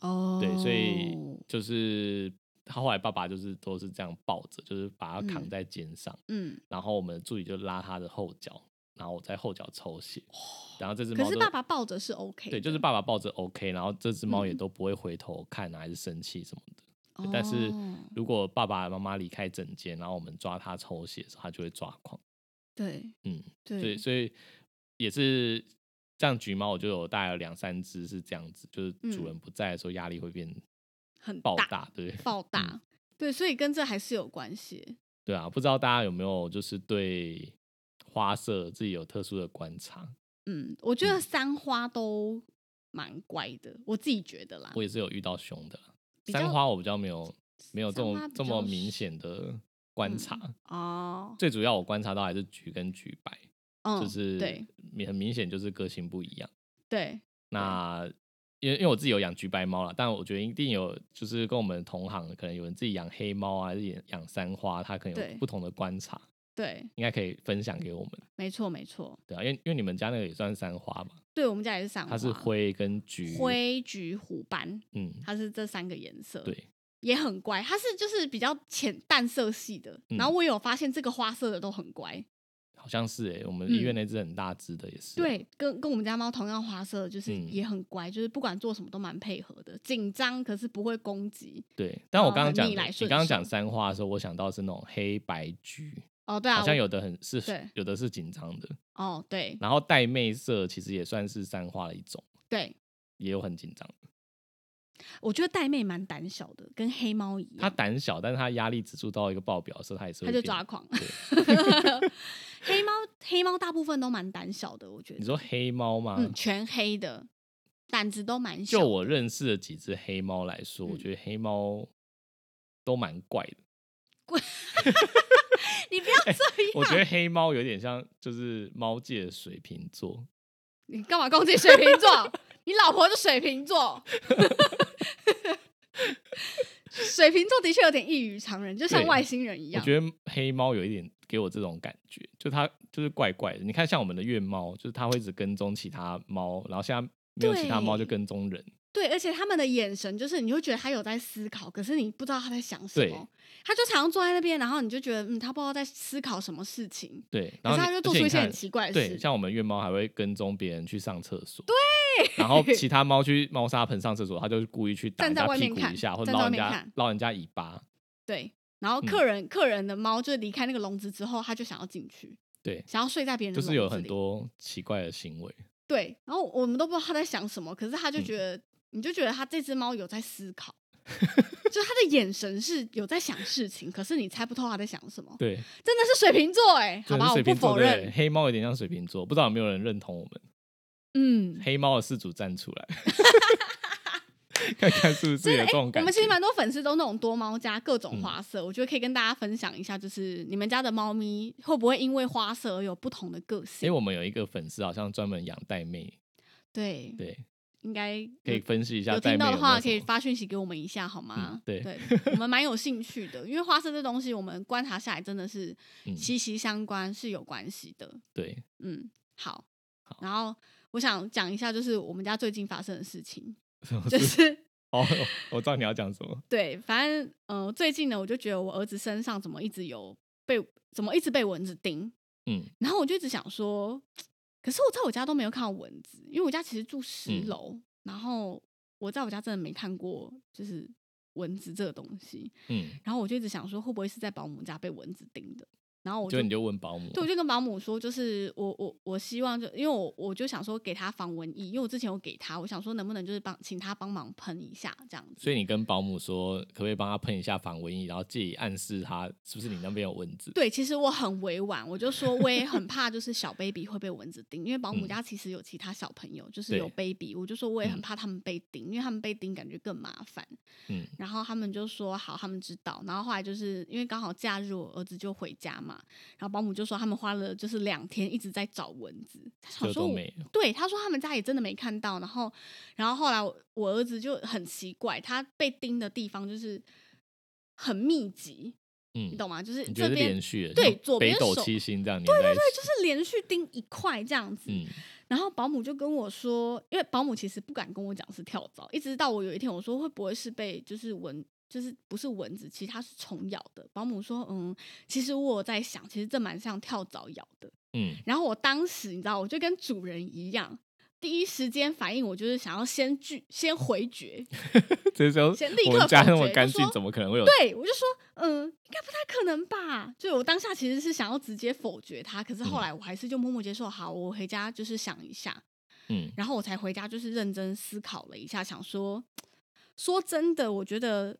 哦对，所以就是他后来爸爸就是都是这样抱着，就是把它扛嗯在肩上，嗯，然后我们的助理就拉他的后脚，然后我在后脚抽血，然后这只可猫是就爸爸抱着是 OK，的对，就是爸爸抱着 OK，然后这只猫也嗯都不会回头看啊，还是生气什么的。但是哦如果爸爸妈妈离开整间，然后我们抓它抽血的时候，它就会抓狂。对嗯，所以对，所以也是这样，橘猫我就有大概有两三只是这样子，就是嗯主人不在的时候压力会变很爆大大，对爆大，对，所以跟这还是有关系。对啊，不知道大家有没有就是对花色自己有特殊的观察？嗯，我觉得嗯三花都蛮乖的，我自己觉得啦我。也是有遇到凶的啦，比三较花我比较没有没有这三花种比这么较明是显的观嗯察。哦，最主要我观察到还是橘跟橘白，嗯，就是对明很明显就是个性不一样。对，那因为因为我自己有养橘白猫啦，但我觉得一定有就是跟我们同行，可能有人自己养黑猫啊，还是养养三花，它可能对有不同的观察，对，应该可以分享给我们，没错没错，对啊，因为因为你们家那个也算三花吧，对我们家也是三花，它是灰跟橘，灰橘虎斑，嗯，它是这三个颜色，对，也很乖。它是就是比较浅淡色系的，嗯然后我有发现这个花色的都很乖，好像是欸诶、我们嗯医院那只很大只的也是啊、对，跟跟我们家猫同样花色，就是嗯也很乖，就是不管做什么都蛮配合的，紧张可是不会攻击。对，但我哦刚刚很讲逆的来你顺刚刚受讲三花的时候，我想到是那种黑白橘，哦，对啊，好像我有的很是对有的是紧张的，哦，对然后带妹色其实也算是三花的一种，对，也有很紧张。我觉得戴妹蛮胆小的，跟黑猫一他样，胆小，但是他压力指数到一个爆表的时候，他也是它会就变抓。狂。对 黑猫黑猫大部分都蛮胆小的，我觉你得，说黑猫吗？嗯，全黑的，胆子都蛮小就的。我认识的几只黑猫来说，我嗯觉得黑猫都蛮怪的。你不要这样，哎我觉得黑猫有点像就是猫界的水瓶座，你干嘛攻击水瓶座？你老婆是水瓶 座。水瓶座的确有点异于常人，就像对外星人一我样。觉得黑猫有一点给我这种感觉，就它就是怪怪的。你看，像我们的院猫，就是它会一直跟踪其他猫，然后现在没有其他猫就对跟踪人。对，而且他们的眼神就是，你会觉得他有在思考，可是你不知道他在想什对么。他就常常坐在那边，然后你就觉得，嗯，他不知道在思考什么事情，对，可然是后他你就而做且出你一些看很奇怪的对，事。像我们院猫还会跟踪别人去上厕所，对，然后其他猫去猫砂盆上厕所，它就是故意去打站人在家外屁面股一看下，或站在者捞外人面家看捞人家尾巴，对，然后嗯客人、客人的猫就离开那个笼子之后，他就想要进去，对，想要睡在别人的就笼子是里。有很多奇怪的行为，对，然后我们都不知道他在想什么，可是他就嗯觉得，你就觉得他这只猫有在思 考，就是他的眼神是有在想事情，可是你猜不透他在想什么。对，真的是水瓶座哎、好真的吧，是我水不瓶座否对不对认。黑猫有点像水瓶座，不知道有没有人认同我们嗯，黑猫的事主站出来， 看看是不是真有的欸这种哎我感们觉其实。蛮多粉丝都那种多猫家各种嗯花色，我觉得可以跟大家分享一下，就是你们家的猫咪会不会因为花色而有不同的个因为性？我们有一个粉丝好像专门养带妹，对，对，应该可以有分析一下有带听妹到有的没话，有可以什么。发讯息给我们一下好吗？嗯对我们蛮有兴趣的，因为花色这东西，我们观察下来真的是嗯息息相关，是有关系的。对，嗯，好好。然后我想讲一下，就是我们家最近发生的事情，什么就事是 哦，我知道你要讲什么。对，反正呃，最近呢，我就觉得我儿子身上怎么一直有被，怎么一直被蚊子叮，嗯，然后我就一直想说，可是我在我家都没有看到蚊子，因为我家其实住十嗯楼，然后我在我家真的没看过就是蚊子这个东西，嗯，然后我就一直想说会不会是在保姆家被蚊子叮的，然后我就就你就问保姆，对，我就跟保姆说，就是我我我希望就因为我我就想说给他防蚊液，因为我之前有给他，我想说能不能就是帮请他帮忙喷一下这样子，所以你跟保姆说，可不可以帮他喷一下防蚊液，然后借以暗示他是不是你那边有蚊子？对，其实我很委婉，我就说我也很怕，就是小 baby 会被蚊子叮，因为保姆嗯家其实有其他小朋友，就是对有 baby，我就说我也很嗯怕他们被叮，因为他们被叮感觉更麻烦。嗯，然后他们就说好，他们知道。然后后来就是因为刚好假日，我儿子就回家嘛，然后保姆就说他们花了就是两天一直在找蚊子，他想就说都我没有。对，他说他们家也真的没看到。然后，然后后来我我儿子就很奇怪，他被叮的地方就是很密集，嗯你，懂吗？就是你觉这得是边连续的，对像左边北斗手七星这样连在一起，就是连续叮一块这样子。嗯然后保姆就跟我说，因为保姆其实不敢跟我讲是跳蚤，一直到我有一天我说会不会是被就是蚊就是不是蚊子，其实它是虫咬的。保姆说，嗯，其实我有在想，其实这蛮像跳蚤咬的。嗯，然后我当时你知道，我就跟主人一样，第一时间反应我就是想要先拒，先回绝。这时候先立刻我们家否那么决干就净，说怎么可能会有？对我就说，嗯，应该不太可能吧。就我当下其实是想要直接否决它，可是后嗯来我还是就默默接受，好，我回家就是想一下，嗯然后我才回家，就是认真思考了一下，想说，说真的，我觉得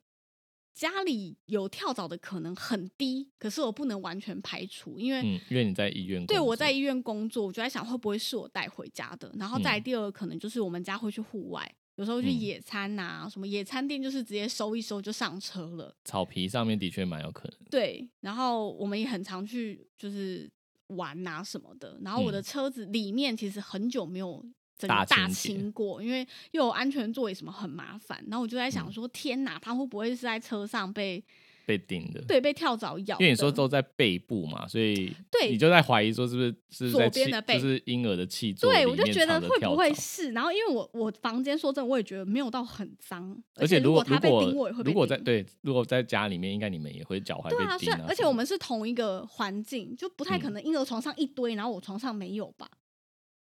家里有跳蚤的可能很低，可是我不能完全排除，因为、嗯，因为你在医院工作，对我在医院工作，我就在想会不会是我带回家的。然后再来嗯第二个，可能就是我们家会去户外，有时候去嗯野餐呐、什么野餐店就是直接收一收就上车了。草皮上面的确蛮有可能。对，然后我们也很常去就是玩啊什么的。然后我的嗯车子里面其实很久没有整大个大清洁清过，因为又有安全座椅什么很麻烦。然后我就在想嗯说，天哪，它会不会是在车上被被叮的。，对被跳蚤咬的？因为你说都在背部嘛，所以对你就在怀疑说是不是是不是左在边气的背就是婴儿的气座对，里我就面觉得藏着会跳不会蚤是？然后因为我我房间说真的，我也觉得没有到很脏，而且如如果它被如叮，我果也会被如果在叮对如果在家里面，应该你们也会脚踝对啊，虽被叮然啊。而且我们是同一个环境，就不太可嗯能婴儿床上一堆，然后我床上没有吧？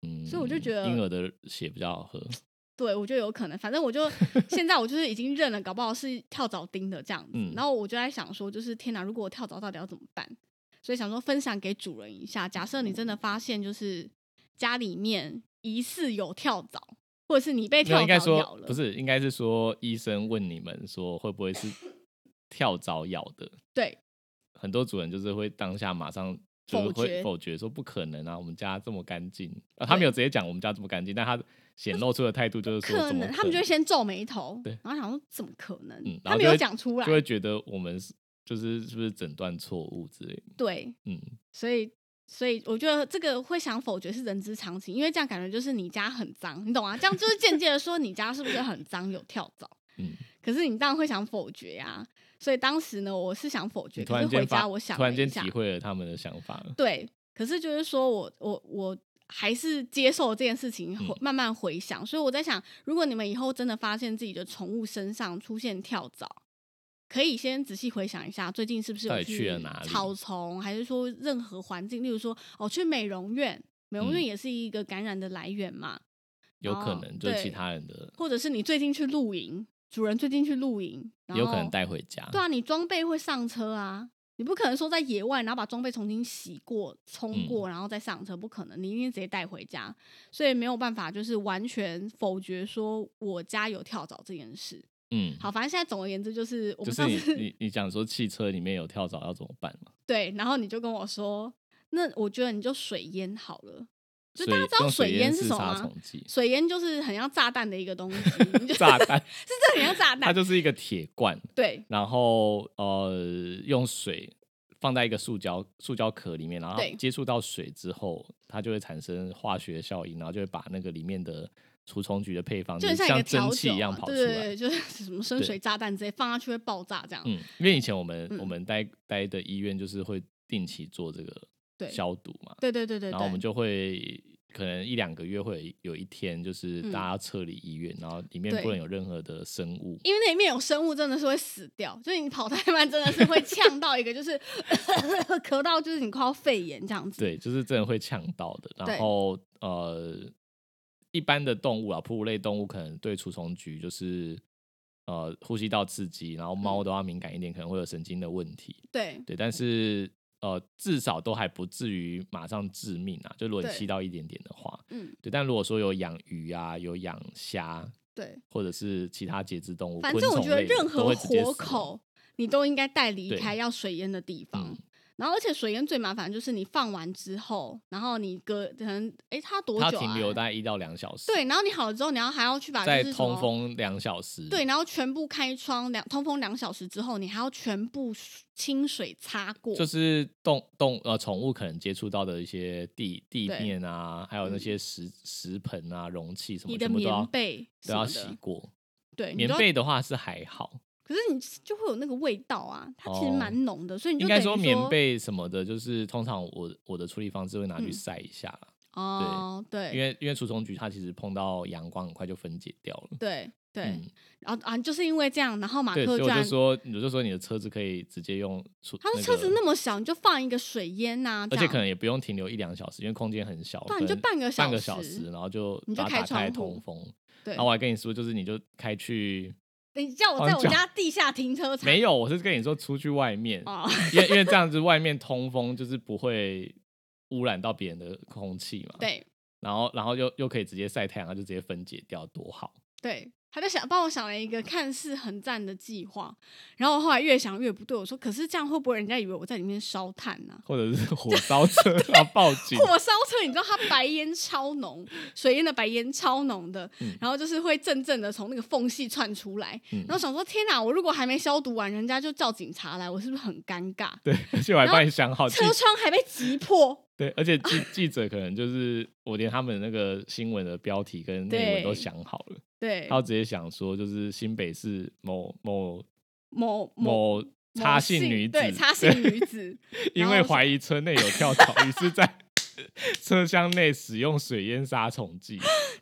嗯，所以我就觉得婴儿的血比较好喝。对，我觉得有可能，反正我 就现在我就是已经认了，搞不好是跳蚤叮的这样子。嗯然后我就在想说，就是天哪，如果我跳蚤到底要怎么办？所以想说分享给主人一下，假设你嗯真的发现就是家里面疑似有跳蚤，或者是你被没有，跳应该蚤咬说了，不是，应该是说医生问你们说会不会是跳蚤咬的？对，很多主人就是会当下马上就是否会决否决说不可能啊，我们家这么干净、啊。他没有直接讲我们家这么干净，但他显露出的态度就是说可怎么能他们就会先皱眉头对，然后想说怎么可能？嗯，然他后没就有会讲出来就，会觉得我们是就是是不是诊断错误之类的。对，嗯，所以。所以我觉得这个会想否决是人之常情，因为这样感觉就是你家很脏，你懂啊？这样就是间接的说你家是不是很脏有跳蚤？嗯，可是你当然会想否决呀、所以当时呢，我是想否决，你突可是然间回发家我想突然了间一下体，会了他们的想法了。对，可是就是说我我我还是接受这件事情，嗯回慢慢回想。所以我在想，如果你们以后真的发现自己的宠物身上出现跳蚤，可以先仔细回想一下，最近是不是到底有去了哪里草丛，还是说任何环境，例如说哦去美容院，美容嗯院也是一个感染的来源嘛，有可哦能就是其对他人的，或者是你最近去露营，主人最近去露营，然有可能后带回家。对啊，你装备会上车啊，你不可能说在野外，然后把装备重新洗过、嗯冲过，然后再上车，不可能，你一定直接带回家，所以没有办法，就是完全否决说我家有跳蚤这件事。嗯，好，反正现在总而言之就是我就们是上你次你你讲说汽车里面有跳蚤要怎么办嘛？对，然后你就跟我说，那我觉得你就水淹好了，就水大家知道用水水淹淹是式什么杀吗虫？剂，水淹就是很像炸弹的一个东西， 你就 炸弹，是真的很像炸它弹，就是一个铁罐，对然后呃用水放在一个塑胶塑胶壳里面，然后对接触到水之后，它就会产生化学效应，然后就会把那个里面的除虫菊的配方，就就很像是一像个蒸调汽酒一样啊跑出对对来。对，就是什么深对水炸弹直接放下去会爆炸这样。嗯，因为以前我们、嗯我们待待的医院就是会定期做这个对消毒嘛，对对对对对，然后我们就会可能一两个月会有一有一天，就是大家要撤离医院，然后里面嗯对不能有任何的生物。因为那里面有生物，真的是会死掉。就是你跑太慢，真的是会呛到一个，就是 咳到，就是你快要肺炎这样子。对，就是真的会呛到的。然对后呃，一般的动物啊，哺乳类动物可能对除虫菊就是呃呼吸道刺激，然后嗯猫的话敏感一点，可能会有神经的问题。对对，但是呃至少都还不至于马上致命啊，就如果你对吸到一点点的话。嗯，对，但如果说有养鱼啊，有养虾，对。或者是其他节肢动物，反昆正我虫觉得类的任都何会直接活死口你都应该带离对开要水淹的地方。嗯然后，而且水淹最麻烦就是你放完之后，然后你隔可能诶，它多它久停啊？留大概一到两小时，对，然后你好了之后，你要还要去把再就是什通么风两小时，对，，然后全部开窗两通风两小时之后，你还要全部清水擦过。就是动动呃宠物可能接触到的一些地地对面啊，还有那嗯些食食盆啊、容器什么，你的全部都要棉被都什要么洗的，过。对，你棉都要被的话是还好，可是你就会有那个味道啊，它其实哦蛮浓的，所以你就应该等于说棉被什么的，就是通常我我的处理方式会拿去嗯晒一下啦，哦，对，因为因为除虫菊它其实碰到阳光很快就分解掉了。对，对，嗯然后啊，就是因为这样，然后马对，克所以居我然就说，我就说你的车子可以直接用出。他说那车子个那么小，你就放一个水烟呐、这而且样可能也不用停留一两小时，因为空间很小，对啊可你就能半个小半个时小时，然后就你就把它开打开窗户通风。对然后，我还跟你说，就是你就开去，你叫我好在像我讲家地下停车场没有，我是跟你说出去外面，哦，因为因为这样子外面通风就是不会污染到别人的空气嘛。。对然后然后又又可以直接晒太阳，它就直接分解掉，多好。对，他就想帮我想了一个看似很赞的计划，然后我后来越想越不对，我说可是这样会不会人家以为我在里面烧炭啊呢、或者是火烧车要报 警，火烧车，你知道它白烟超浓，水烟的白烟超浓的，嗯然后就是会阵阵的从那个缝隙窜出来，嗯然后想说天哪，我如果还没消毒完，人家就叫警察来，我是不是很尴尬？对，而且我还然后帮你想好记，车窗还被挤破，对，而且记记者可能就是我连他们那个新闻的标题跟内文都对想好了，对他，要直接想说就是新北市某某某某某差姓姓女子，对差姓女子，因然为后怀疑车内有跳蚤，于是在 车厢内使用水淹杀虫剂，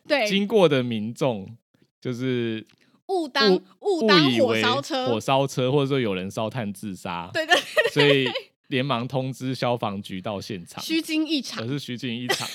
对， 经过的民众就是误当误误当以火为烧车，火烧车，或者说有人烧炭自杀，对 对，所以连忙通知消防局到现场。虚惊一可场。是徐静一 场，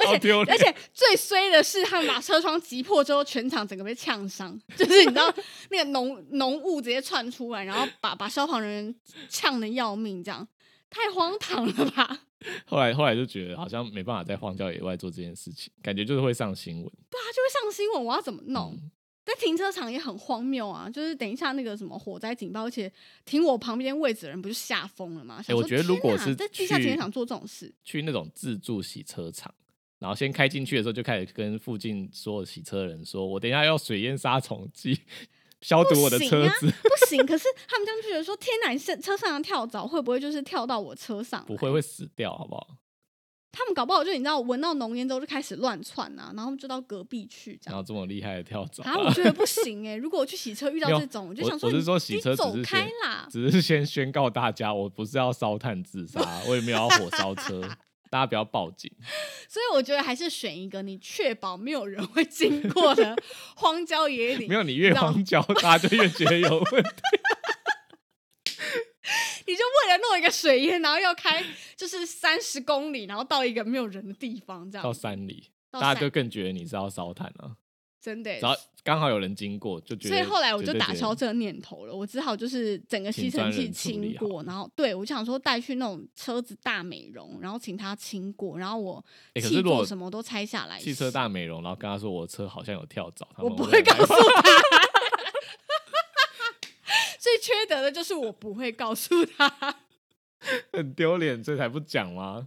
而超丢而脸。且最衰的是，他们把车窗击破之后，全场整个被呛伤，就是你知道那个浓浓雾直接窜出来，然后把把消防人员呛得要命，这样太荒唐了吧？后来后来就觉得好像没办法在荒郊野外做这件事情，感觉就是会上新闻。他就会上新闻，我要怎么弄？嗯但停车场也很荒谬啊！就是等一下那个什么火灾警报，而且停我旁边位置的人不就吓疯了吗？想我说觉得如天果哪是在地下停去车场做这种事，去那种自助洗车场，然后先开进去的时候就开始跟附近所有洗车的人说：“我等一下要水淹杀虫剂，消毒我的车不子。 行啊，不行。可是他们这样就觉得说，天哪，你是车上的跳蚤会不会就是跳到我车上？啊不会，会死掉，好不好？他们搞不好就你知道闻到浓烟之后就开始乱窜啊，然后他们就到隔壁去这然样后。这么厉害的跳蚤、啊，我觉得不行哎、 如果我去洗车遇到没有这种，我就我想说我你，是说洗你车只走是开先啦。只是先宣告大家，我不是要烧炭自杀，啊我也没有要火烧车，大家不要报 警。所以我觉得还是选一个你确保没有人会经过的荒郊野岭没，有你越然后荒郊，大家就越觉得有 问题。你就为了弄一个水淹，然后要开就是三十公里，然后到一个没有人的地方，这样到山里，到大家山就更觉得你是要烧炭了、真的耶只。要刚好有人经过，就觉得。所以后来我就觉得打觉得消这个念头了，我只好就是整个吸尘器请专清人处理过，然后对我就想说带去那种车子大美容，然后请他清过，然后我欸可是气如果座什么都拆下来洗，汽车大美容，然后跟他说我车好像有跳蚤，他我们不会会告来 诉他。最缺德的就是我不会告诉他，很丢脸，所以才不讲吗？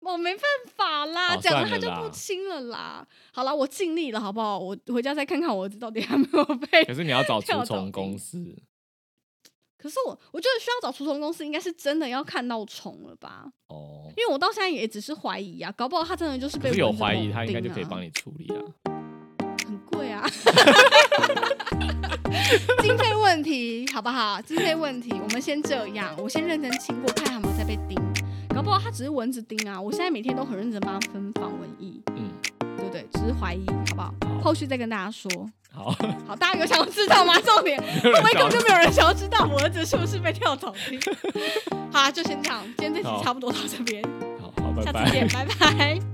我没办法啦，好讲了他哦算就了啦不清了啦。好啦，我尽力了，好不好？我回家再看看我儿子到底还没有被可是你要找跳蚤除虫精公司，可是我我觉得需要找除虫公司，应该是真的要看到虫了吧？哦，因为我到现在也只是怀疑啊，搞不好他真的就是可被是有蚊子怀疑，猛他应该就叮可以啊帮你处理啊。很贵啊，经费问题好不好？经费问题，我们先这样，我先认真清过，看有没有再被叮。搞不好它只是蚊子叮啊！我现在每天都很认真帮它分防蚊液，嗯，对不对？只是怀疑，好不好？好后续再跟大家说。 好，好，大家有想要知道吗？重点， 没会有人不会根找本就没有人想要知道我儿子是不是被跳蚤叮？好啊，就先这样，今天这集好差不多到这边，好好，拜下拜次。见，拜拜。